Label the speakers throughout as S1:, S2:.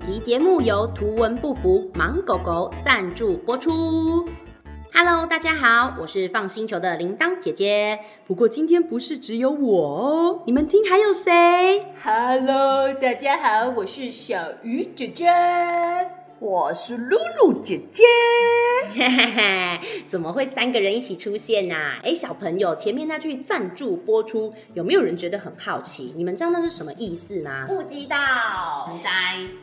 S1: 集节目由图文不符盲狗狗赞助播出。Hello，大家好，我是放星球的铃铛姐姐。不过今天不是只有我哦，你们听还有谁？
S2: Hello，大家好，我是小鱼姐姐，我是露露姐姐。
S1: 嘿嘿嘿， 怎么会三个人一起出现呐、啊？哎，小朋友，前面那句赞助播出，有没有人觉得很好奇？你们知道那是什么意思吗？
S2: 不知道，呆，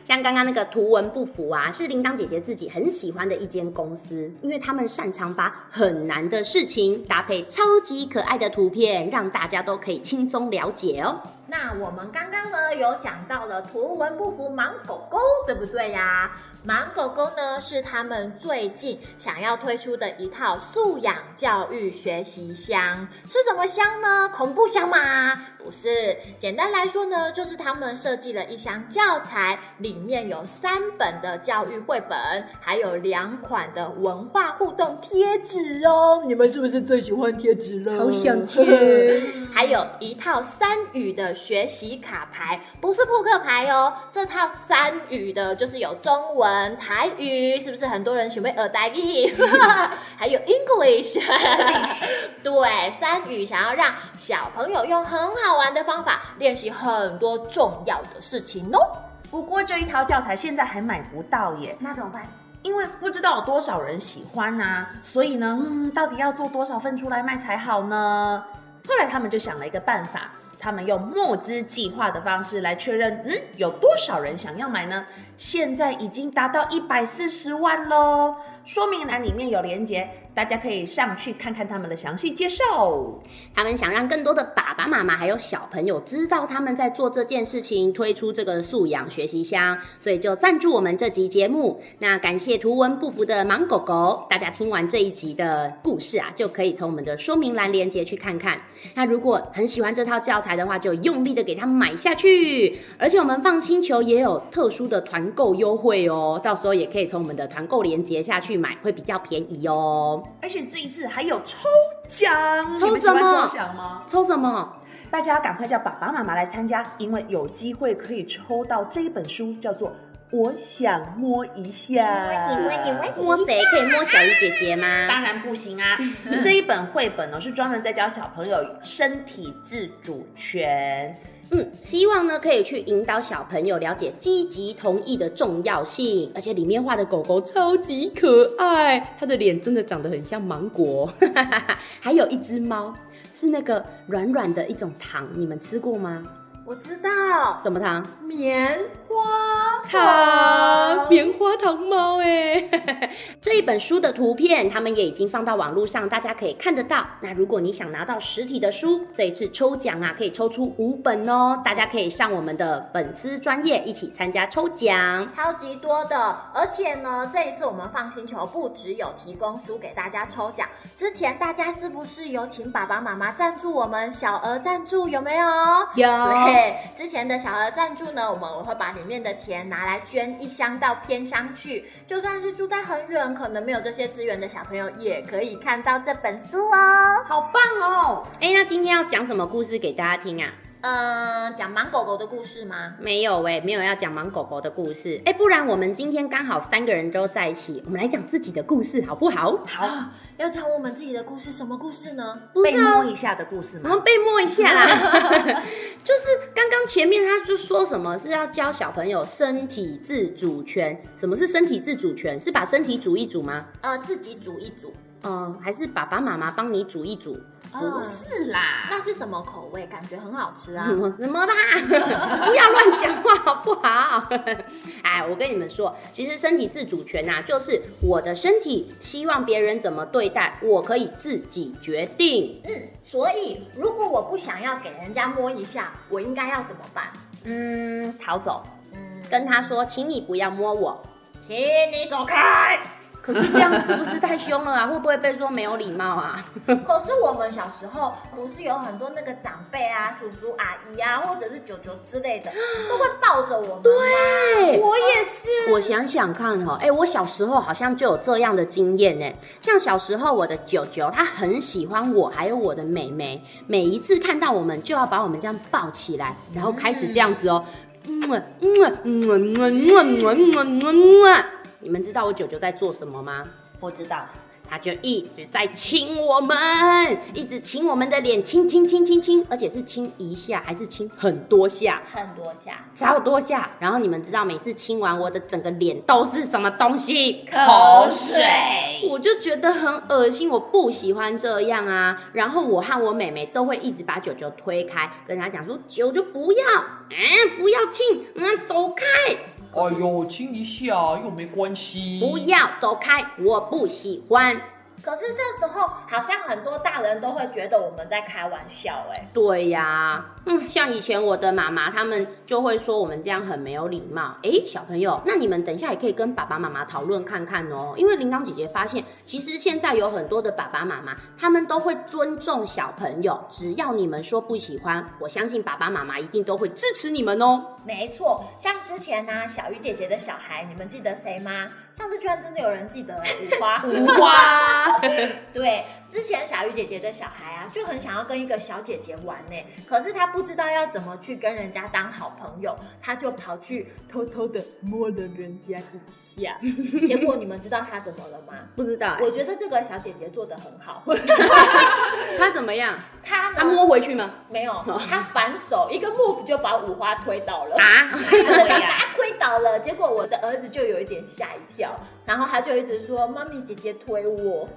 S1: 像刚刚那个图文不符啊，是铃铛姐姐自己很喜欢的一间公司，因为他们擅长把很难的事情搭配超级可爱的图片，让大家都可以轻松了解哦。
S3: 那我们刚刚呢有讲到了图文不符盲狗狗，对不对呀、盲狗狗呢是他们最近想要推出的一套素养教育学习箱，是什么箱呢？恐怖箱吗？不是，简单来说呢，就是他们设计了一箱教材，里面有三本的教育绘本，还有两款的文化互动贴纸哦。
S2: 你们是不是最喜欢贴纸了？
S1: 好想贴。哦
S3: 还有一套三语的学习卡牌，不是扑克牌哦。这套三语的就是有中文、台语，是不是很多人喜欢耳台语？ 还有 English，对，三语想要让小朋友用很好玩的方法练习很多重要的事情哦。
S4: 不过这一套教材现在还买不到耶，
S3: 那怎么办？
S4: 因为不知道有多少人喜欢啊，所以呢，嗯，到底要做多少份出来卖才好呢？后来他们就想了一个办法，他们用募资计划的方式来确认，嗯，有多少人想要买呢？现在已经达到一百四十万喽，说明栏里面有连结，大家可以上去看看他们的详细介绍。
S1: 他们想让更多的爸爸妈妈还有小朋友知道他们在做这件事情，推出这个素养学习箱，所以就赞助我们这集节目。那感谢图文不符的盲狗狗，大家听完这一集的故事啊，就可以从我们的说明栏连接去看看。那如果很喜欢这套教材的话，就用力的给它买下去。而且我们放星球也有特殊的团购优惠哦，到时候也可以从我们的团购连接下去买，会比较便宜哦。
S4: 而且这一次还有抽奖，
S1: 抽
S4: 你们喜欢
S1: 什么
S4: 抽奖吗？
S1: 抽什么？
S4: 大家赶快叫爸爸妈妈来参加，因为有机会可以抽到这一本书，叫做《我想摸一下》。
S1: 摸谁？可以摸小鱼姐姐吗？
S4: 当然不行啊！ 这一本绘本呢、是专门在教小朋友身体自主权。
S1: 嗯，希望呢可以去引导小朋友了解积极同意的重要性，而且里面画的狗狗超级可爱，它的脸真的长得很像芒果， 还有一只猫是那个软软的一种糖，你们吃过吗？
S3: 我知道，
S1: 什么糖？
S3: 棉花
S1: 糖，棉花糖猫哎， 这一本书的图片他们也已经放到网络上，大家可以看得到。那如果你想拿到实体的书，这一次抽奖啊，可以抽出五本哦，大家可以上我们的粉丝专业一起参加抽奖。
S3: 超级多的，而且呢，这一次我们放星球不只有提供书给大家抽奖，之前大家是不是有请爸爸妈妈赞助我们小额赞助？有没有？
S1: 有
S3: 对，之前的小额赞助呢，我们我会把里面的钱拿来捐一箱到偏乡去，就算是住在很远，可能没有这些资源的小朋友，也可以看到这本书哦。
S4: 好棒哦！
S1: 哎，那今天要讲什么故事给大家听啊？
S3: 嗯，讲盲狗狗的故事吗？
S1: 没有哎、没有要讲盲狗狗的故事。哎，不然我们今天刚好三个人都在一起，我们来讲自己的故事好不好？
S4: 好，
S3: 要讲我们自己的故事，什么故事呢？
S1: 不啊
S4: 被
S1: 知道
S4: 摸一下的故事
S1: 什
S4: 吗？
S1: 么被摸一下 啦？就是刚刚前面他就说什么是要教小朋友身体自主权？什么是身体自主权？是把身体煮一煮吗？
S3: 呃，自己煮一煮。
S1: 嗯，还是爸爸妈妈帮你煮一煮？
S3: 嗯
S4: 不是啦，
S3: 那是什么口味？感觉很好吃啊！
S1: 嗯什么啦？ 不要乱讲话好不好？ 哎，我跟你们说，其实身体自主权呐、就是我的身体，希望别人怎么对待，我可以自己决定。
S3: 嗯，所以如果我不想要给人家摸一下，我应该要怎么办？
S1: 嗯，逃走，
S3: 嗯，
S1: 跟他说，请你不要摸我。
S3: 请你走 开。
S1: 可是这样是不是太凶了啊？会不会被说没有礼貌啊？
S3: 可是我们小时候不是有很多那个长辈啊、叔叔阿姨啊，或者是舅舅之类 的，都会抱着我们。对，
S1: 对，
S3: 我也是。
S1: 我想想看哈、哦，哎、我小时候好像就有这样的经验呢。像小时候我的舅舅，他很喜欢我，还有我的妹妹，每一次看到我们就要把我们这样抱起来，然后开始这样子哦。嗯嗯嗯嗯嗯嗯嗯嗯，你们知道我舅舅在做什么吗？
S4: 我知道，
S1: 他就一直在亲我们，一直亲我们的脸，亲亲亲亲亲，而且是亲一下，还是亲很多下，
S3: 很多下，
S1: 超多下。然后你们知道，每次亲完我的整个脸都是什么东西？
S4: 口 水
S1: 我就觉得很恶心，我不喜欢这样啊。然后我和我妹妹都会一直把九九推开，跟她讲说：“九九不要，嗯，不要亲，嗯，走开，
S5: 哎呦，亲一下又没关系。
S1: 不要走开，我不喜欢。”
S3: 可是这时候好像很多大人都会觉得我们在开玩笑、哎，
S1: 对呀、嗯，像以前我的妈妈他们就会说我们这样很没有礼貌。诶，小朋友，那你们等一下也可以跟爸爸妈妈讨论看看哦，因为铃铛姐姐发现，其实现在有很多的爸爸妈妈，他们都会尊重小朋友，只要你们说不喜欢，我相信爸爸妈妈一定都会支持你们哦。
S3: 没错，像之前呢、小鱼姐姐的小孩，你们记得谁吗？上次居然真的有人记得、哎五花，
S4: 无花，
S3: 对，之前小鱼姐姐的小孩啊，就很想要跟一个小姐姐玩呢、可是她不知道要怎么去跟人家当好朋友，她就跑去偷偷的摸了人家一下。结果你们知道她怎么了吗？
S1: 不知道、
S3: 我觉得这个小姐姐做的很好，
S1: 他怎么样？
S3: 她
S1: 他
S3: 呢
S1: 摸回去吗？
S3: 没有，她反手一个 move 就把五花推倒了。
S1: 啊，
S3: 我把他推倒了，结果我的儿子就有一点吓一跳，然后他就一直说：“妈咪，姐姐 推我。”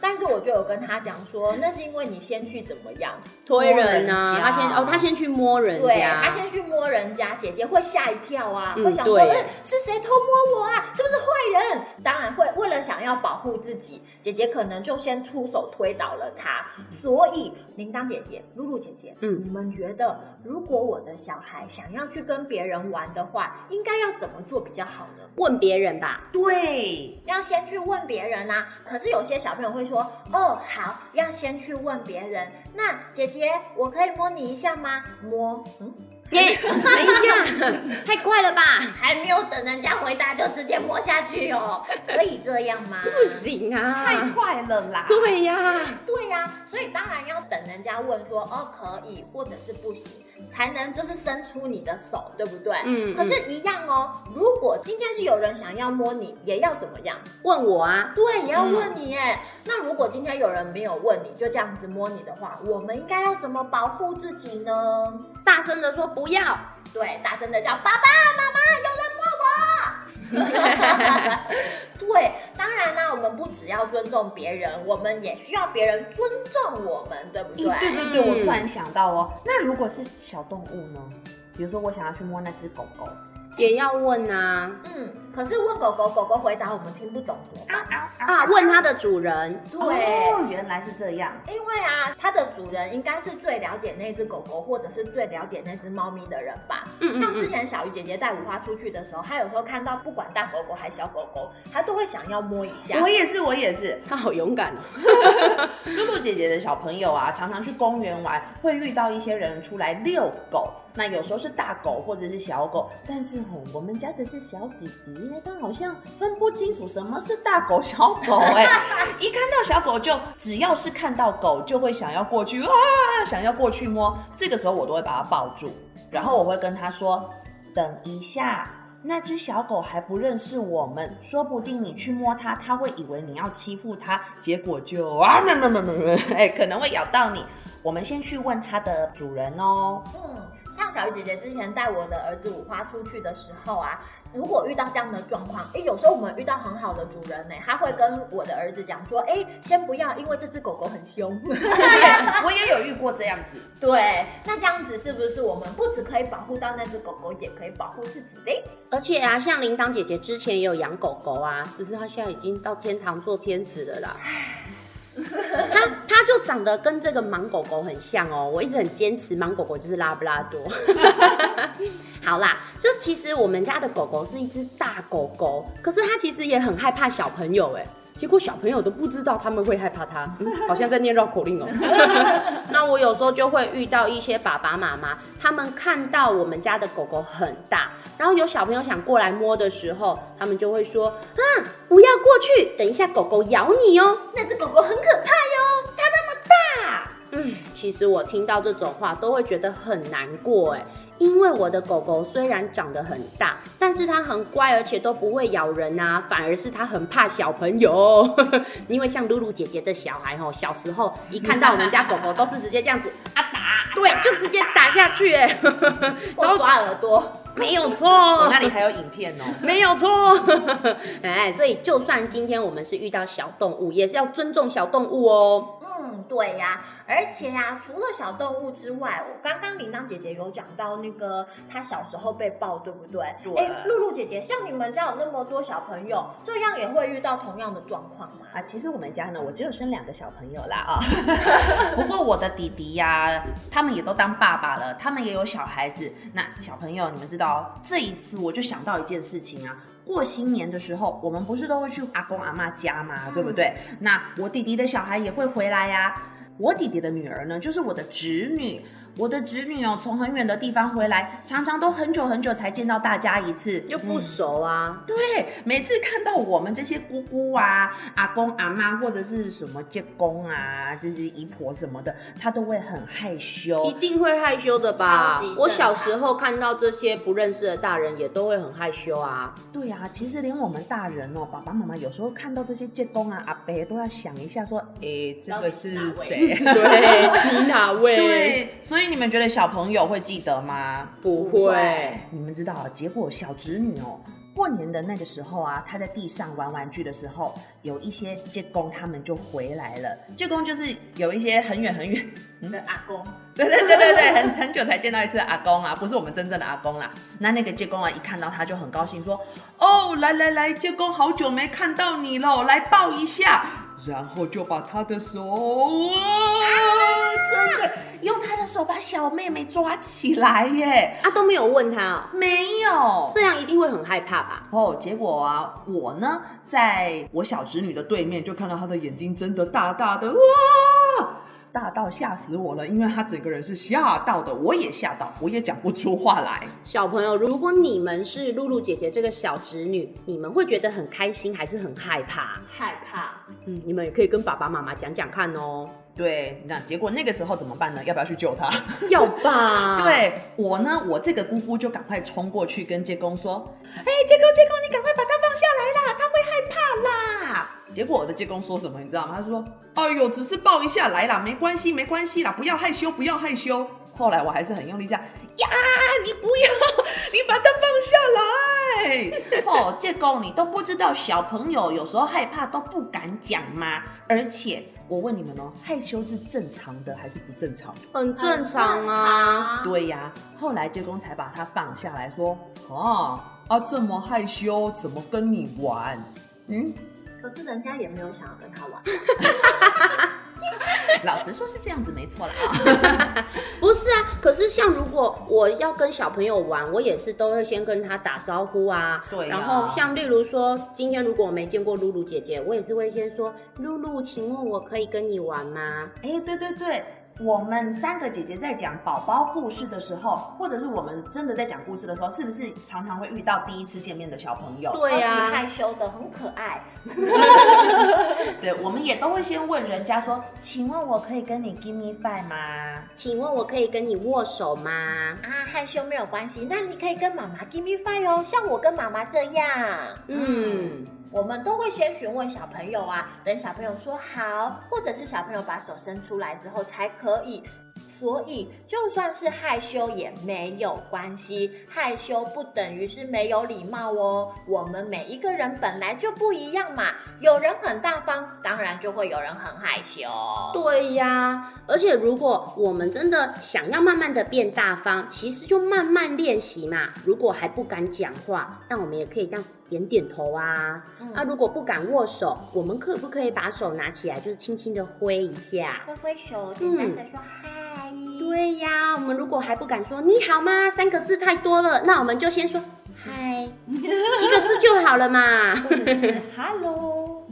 S3: 但是我就有跟他讲说，那是因为你先去怎么样，
S1: 推人
S4: 摸
S1: 啊，
S4: 人家
S1: 他先哦，他先去摸人
S3: 对
S1: 家，
S3: 他先去摸人家，姐姐会吓一跳啊，
S1: 嗯
S3: 会想说：“
S1: 对
S3: 嗯，是谁偷摸我啊？是不是坏人？”当然会，为了想要保护自己，姐姐可能就先出手推倒了他。所以，铃铛姐姐、露露姐姐，
S1: 嗯
S3: 你们觉得，如果我的小孩想要去跟别人玩的话，应该要怎么做比较好呢？
S1: 问别人吧。
S4: 对，
S3: 要先去问别人啦、可是有些小朋友会说，哦，好，要先去问别人。那姐姐，我可以摸你一下吗？摸，嗯，
S1: 耶、等一 下，太快了吧？
S3: 还没有等人家回答就直接摸下去 哦，可以这样吗？
S1: 不行啊，
S4: 太快了啦，
S1: 对呀、
S3: 对呀、所以当然要等人家问说，哦，可以，或者是不行，才能就是伸出你的手，对不对？
S1: 嗯
S3: 可是，一样哦。如果今天是有人想要摸你，也要怎么样？
S1: 问我啊，
S3: 对，也要
S4: 嗯
S3: 问你耶。那如果今天有人没有问你，就这样子摸你的话，我们应该要怎么保护自己呢？
S1: 大声的说不要。
S3: 对，大声的叫爸爸妈妈，有人摸我。 对，当然啦、我们不只要尊重别人，我们也需要别人尊重我们，对不
S4: 咦
S3: 对？
S4: 嗯对对对，我突然想到哦，那如果是小动物呢？比如说我想要去摸那只狗狗，
S1: 也要问啊
S3: 嗯，可是问狗狗，狗狗回答我们听不懂怎么办？
S1: 啊，问它的主人。
S3: 对。
S4: 哦，原来是这样，
S3: 因为啊，它的主人应该是最了解那只狗狗，或者是最了解那只猫咪的人吧。
S1: 嗯嗯
S3: 像之
S1: 嗯，
S3: 前小鱼姐姐带五花出去的时候，她有时候看到不管大狗狗还是小狗狗，她都会想要摸一下。
S4: 我也是，我也是。
S1: 它好勇敢哦。
S4: 露露姐姐的小朋友啊，常常去公园玩，会遇到一些人出来遛狗。那有时候是大狗或者是小狗，但是吼、我们家的是小弟弟，但好像分不清楚什么是大狗小狗哎、一看到小狗就只要是看到狗就会想要过去啊，想要过去摸。这个时候我都会把它抱住，然后我会跟他说：“等一下，那只小狗还不认识我们，说不定你去摸它，它会以为你要欺负它，结果就啊，没没没没没，哎，可能会咬到你。我们先去问它的主人哦。
S3: 嗯，像小鱼姐姐之前带我的儿子五花出去的时候啊，如果遇到这样的状况，诶，有时候我们遇到很好的主人呢、他会跟我的儿子讲说，诶，先不要，因为这只狗狗很凶。
S4: 我也有遇过这样子，
S3: 对，那这样子是不是我们不只可以保护到那只狗狗，也可以保护自己嘞？
S1: 而且啊，像铃铛姐姐之前也有养狗狗啊，只是它现在已经到天堂做天使了啦。它它就长得跟这个盲狗狗很像哦，我一直很坚持盲狗狗就是拉布拉多。 好啦，就其实我们家的狗狗是一只大狗狗，可是它其实也很害怕小朋友哎。结果小朋友都不知道他们会害怕它，嗯、好像在念绕口令哦。 那我有时候就会遇到一些爸爸妈妈，他们看到我们家的狗狗很大，然后有小朋友想过来摸的时候，他们就会说：“啊，不要过去，等一下狗狗咬你哦。”
S3: 那只狗狗很可怕哟，它那么大。
S1: 嗯，其实我听到这种话都会觉得很难过哎，因为我的狗狗虽然长得很大，但是它很乖，而且都不会咬人啊，反而是它很怕小朋友。 因为像露露姐姐的小孩哦，小时候一看到我们家狗狗都是直接这样子啊打， 对，就直接打下去、哎，
S3: 或抓耳朵。
S1: 没有错，
S4: 我那里还有影片哦。
S1: 没有错， 哎，所以就算今天我们是遇到小动物，也是要尊重小动物哦。
S3: 嗯，对呀、而且呀、除了小动物之外，我刚刚铃铛姐姐有讲到那个她小时候被抱，对不对？
S4: 对
S3: 哎，露露姐姐，像你们家有那么多小朋友，这样也会遇到同样的状况吗？
S4: 啊，其实我们家呢，我只有生两个小朋友啦啊、 不过我的弟弟呀、他们也都当爸爸了，他们也有小孩子。那小朋友，你们知道，这一次我就想到一件事情啊。过新年的时候，我们不是都会去阿公阿妈家嘛，
S1: 嗯
S4: 对不对？那我弟弟的小孩也会回来呀、我弟弟的女儿呢，就是我的侄女。我的侄女哦，从很远的地方回来，常常都很久很久才见到大家一次，嗯
S1: 又不熟啊，
S4: 对，每次看到我们这些姑姑啊、阿公阿妈或者是什么舅公啊，这些姨婆什么的，她都会很害
S1: 一
S4: 羞。
S1: 定会害羞的吧
S3: 超级正？常
S1: 我小时候看到这些不认识的大人，也都会很害羞啊。
S4: 对啊，其实连我们大人哦，爸爸妈妈有时候看到这些舅公啊、阿伯，都要想一下说，诶，这个是谁？
S1: 对，你哪位？
S4: 对，所以你们觉得小朋友会记得吗？
S1: 不
S3: 不
S1: 会
S3: 会。
S4: 你们知道，结果小侄女哦，过年的那个时候啊，她在地上玩玩具的时候，有一些借工他们就回来了。借工就是有一些很远很远，
S1: 嗯
S3: 你的阿公，
S4: 对对对对对，很很久才见到一次的阿公啊，不是我们真正的阿公啦。那那个借工啊，一看到他就很高兴，说：“哦，来来来，借工好久没看到你喽，来抱一下。”
S5: 然后就把他的手，啊
S4: 真的用他的手把小妹妹抓起来耶，
S1: 啊，都没有问他哦，
S4: 没有。
S1: 这样一定会很害怕吧？
S4: 哦，结果啊，我呢，在我小侄女的对面就看到她的眼睛睁得大大的，哇，大到吓死我了，因为她整个人是吓到的，我也吓到，我也讲不出话来。
S1: 小朋友，如果你们是露露姐姐这个小侄女，你们会觉得很开心还是很害怕？
S3: 害怕。
S1: 嗯，你们也可以跟爸爸妈妈讲讲看哦。
S4: 对，那结果那个时候怎么办呢？要不要去救她？
S1: 要吧？，
S4: 对我呢，我这个姑姑就赶快冲过去跟介公说：“哎、介公介公，你赶快把它放下来啦，它会害怕啦。”结果我的介公说什么，你知道吗？他说：“哎呦，只是抱一下来啦，没关系，没关系啦，不要害羞，不要害羞。”后来我还是很用力这样，呀，你不要，你把它放下来。哦，介公，你都不知道小朋友有时候害怕都不敢讲吗？而且我问你们哦，害羞是正常的还是不正常的？
S1: 很正常啊。
S3: 很正常，
S4: 对呀、后来舅公才把他放下来说，哦
S5: 啊啊这么害羞，怎么跟你玩？
S4: 嗯，
S3: 可是人家也没有想要跟他玩。
S4: 老实说是这样子没错啦啊。
S1: 不是啊，可是像如果我要跟小朋友玩，我也是都会先跟他打招呼啊。
S4: 对啊
S1: 然后像例如说，今天如果我没见过露露姐姐，我也是会先说：“露露，请问我可以跟你玩吗
S4: 哎、对对对，我们三个姐姐在讲宝宝故事的时候，或者是我们真的在讲故事的时候，是不是常常会遇到第一次见面的小朋友？
S1: 对啊
S3: 超级害羞的，很可爱。
S4: 对，我们也都会先问人家说，请问我可以跟你 give me five 吗？？”
S1: 请问我可以跟你握手吗？
S3: 啊，害羞没有关系，那你可以跟妈妈 give me five 哦，像我跟妈妈这样，
S1: 嗯，
S3: 我们都会先询问小朋友啊，等小朋友说好，或者是小朋友把手伸出来之后才可以。所以，就算是害羞也没有关系，害羞不等于是没有礼貌哦。我们每一个人本来就不一样嘛，有人很大方，当然就会有人很害羞。
S1: 对呀。而且如果我们真的想要慢慢的变大方，其实就慢慢练习嘛。如果还不敢讲话，那我们也可以这样点点头啊。
S3: 嗯
S1: 啊，如果不敢握手，我们可不可以把手拿起来，就是轻轻的挥一下？
S3: 挥挥手，简单的说嗨。
S1: 嗯对呀，我们如果还不敢说“你好吗”三个字太多了，那我们就先说“嗨”， 一个字就好了嘛。
S3: 或者是 hello，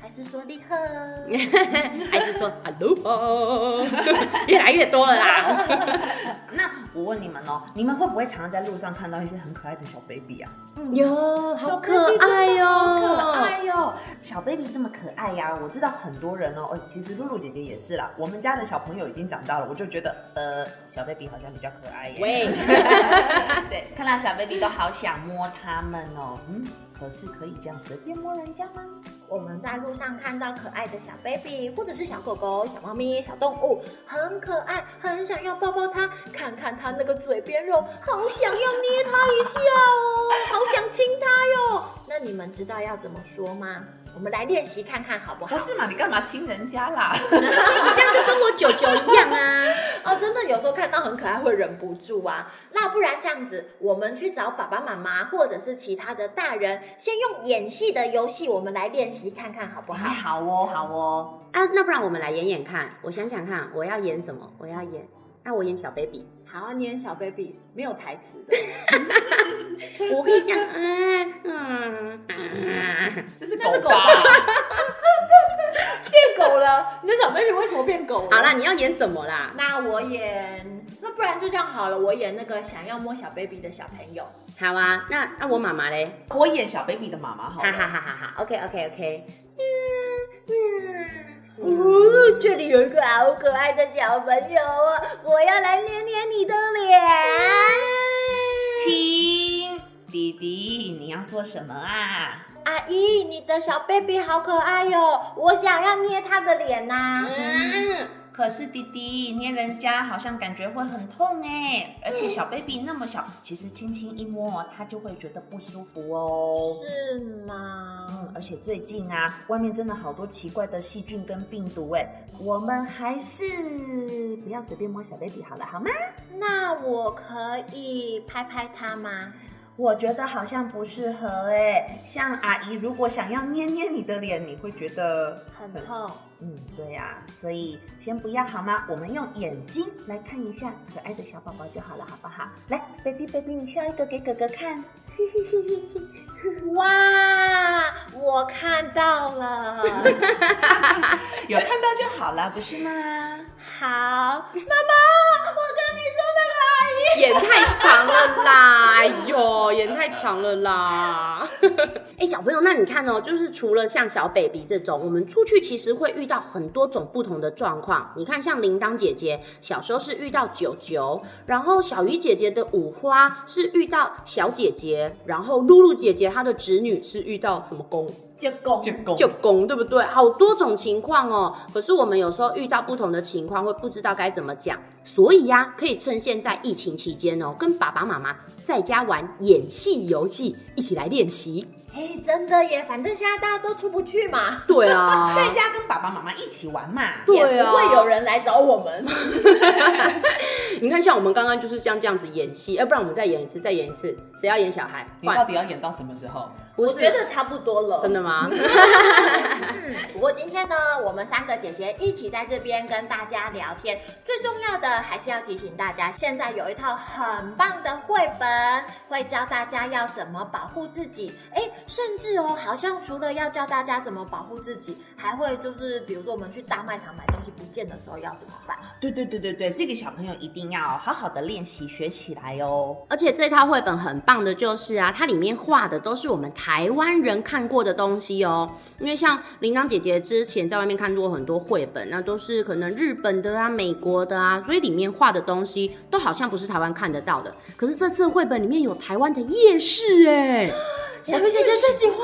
S3: 还是说你好？
S1: 还是说 “hello”，越来越多了啦。
S4: 那我问你们哦，你们会不会常常在路上看到一些很可爱的小 baby 啊？
S1: 哟，好
S4: 小
S1: 可
S4: baby 真的
S1: 爱哟、
S4: 可
S2: 嗯
S4: 爱哟、小 baby 这么可爱呀、我知道很多人哦，哦，其实露露姐姐也是啦。我们家的小朋友已经长大了，我就觉得呃，小 baby 好像比较可爱耶。
S1: 喂，
S4: 对，看到小 baby 都好想摸他们哦。嗯，可是可以这样随便摸人家吗？
S3: 我们在路上看到可爱的小 baby，或者是小狗狗、小猫咪、小动物，很可爱，很想要抱抱它，看看它那个嘴边肉，好想要捏它一下哦，好想亲它哟。那你们知道要怎么说吗？我们来练习看看好不好？
S2: 嘛，你干嘛亲人家啦？
S1: 你这样就跟我九九一样啊！
S3: 哦，真的有时候看到很可爱会忍不住啊。那不然这样子，我们去找爸爸妈妈或者是其他的大人，先用演戏的游戏，我们来练习看看好不好
S4: 哎，？好 哦，好哦。
S1: 啊，那不然我们来演演看，我想想看，我要演什么？我要演，那我演小 baby，
S3: 好，你演小 baby 没有台词的，
S1: 我可以这样，嗯嗯嗯，
S2: 这是
S3: 那是狗吧
S2: 吧？
S3: 变狗了。你的小 baby 为什么变狗了？
S1: 好啦，你要演什么啦？
S3: 那我演，那不然就这样好了，我演那个想要摸小 baby 的小朋友。
S1: 好啊，那那我妈妈嘞？
S4: 我演小 baby 的妈妈好
S1: 哈
S4: 了。
S1: 哈哈哈哈，OK OK OK，
S3: 哦，这里有一个好可爱的小朋友啊，我要来捏捏你的脸。
S4: 听，弟弟，你要做什么啊？
S3: 阿姨，你的小 baby 好可爱哟、我想要捏他的脸呐、
S1: 嗯，
S4: 可是弟弟捏人家好像感觉会很痛哎，而且小 baby 那么小，其实轻轻一摸他就会觉得不舒服哦。
S3: 是吗？
S4: 嗯，而且最近啊，外面真的好多奇怪的细菌跟病毒哎，我们还是不要随便摸小 baby 好了，好吗？
S3: 那我可以拍拍他吗？
S4: 我觉得好像不适合哎，像阿姨如果想要捏捏你的脸，你会觉得
S3: 很痛。
S4: 嗯，对呀、所以先不要好吗？我们用眼睛来看一下可爱的小宝宝就好了，好不好？来，baby baby，你笑一个给哥哥看。
S3: 哇，我看到了。
S4: 有看到就好了，不是吗？
S3: 好，妈妈，我跟你说那个阿姨。
S1: 演太长了啦，哎呦，演太长了啦。 哎、小朋友，那你看哦，就是除了像小 baby 这种，我们出去其实会遇到很多种不同的状况。你看，像铃铛姐姐小时候是遇到九九，然后小鱼姐姐的五花是遇到小姐姐，然后露露姐姐她的侄女是遇到什么公
S3: 结公
S5: 这狗
S1: 就拱，对不对？好多种情况哦。可是我们有时候遇到不同的情况，会不知道该怎么讲。所以呀、可以趁现在疫情期间哦，跟爸爸妈妈在家玩演戏游戏，一起来练习。
S3: 嘿，真的耶，反正现在大家都出不去嘛，
S1: 对 啊，
S4: 在家跟爸爸妈妈一起玩嘛。
S1: 对
S3: 也
S1: 啊，
S3: 不会有人来找我们。
S1: 你看，像我们刚刚就是像这样子演戏，呃要不然我们再演一次，再演一次，谁要演小孩？
S5: 你到
S1: 换，
S5: 底要演到什么时候？
S1: 不
S3: 我
S1: 是
S3: 觉得差不多了，
S1: 真的吗？
S3: 嗯，不过今天呢，我们三个姐姐一起在这边跟大家聊天，最重要的还是要提醒大家，现在有一套很棒的绘本，会教大家要怎么保护自己。哎，甚至哦，好像除了要教大家怎么保护自己，还会就是比如说我们去大卖场买东西不见的时候要怎么办？
S4: 对对对对对，这个小朋友一定要好好的练习学起来哦。
S1: 而且这套绘本很棒的就是啊，它里面画的都是我们台湾人看过的东西哦。因为像铃铛姐姐之前在外面看过很多绘本，那都是可能日本的啊、美国的啊，所以里面画的东西都好像不是台湾看得到的。可是这次绘本里面有台湾的夜市哎，
S3: 小鱼姐姐最喜欢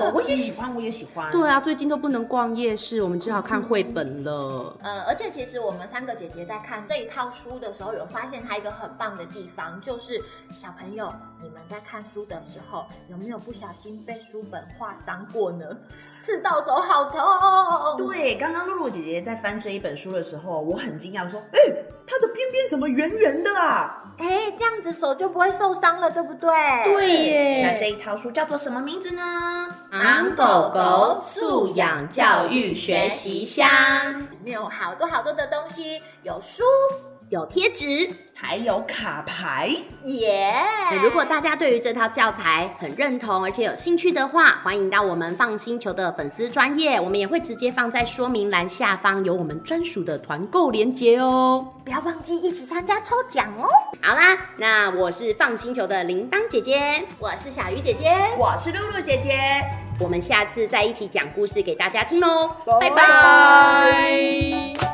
S4: 哦，我也喜欢，我也喜欢。
S1: 对啊，最近都不能逛夜市，我们只好看绘本了。
S3: 呃，而且其实我们三个姐姐在看这一套书的时候，有发现它一个很棒的地方，就是小朋友，你们在看书的时候，有没有不小心被书本划伤过呢？刺到手好痛！哦
S4: 对，刚刚露露姐姐在翻这一本书的时候，我很惊讶，说：“哎、它的边边怎么圆圆的啊
S3: 哎，这样子手就不会受伤了，对不对？。
S1: 耶
S4: 那这一套书叫做什么名字呢？
S1: 狼狗狗素养教育学习箱
S3: 里面有好多好多的东西，有书，
S1: 有贴纸。
S4: 还有卡牌，
S3: 耶、
S1: 如果大家对于这套教材很认同，而且有兴趣的话，欢迎到我们放星球的粉丝专业，我们也会直接放在说明栏下方，有我们专属的团购链接哦。
S3: 不要忘记一起参加抽奖哦！
S1: 好啦，那我是放星球的铃铛姐姐，
S3: 我是小鱼姐姐，
S4: 我是露露姐姐，
S1: 我们下次再一起讲故事给大家听喽，拜拜
S2: 拜。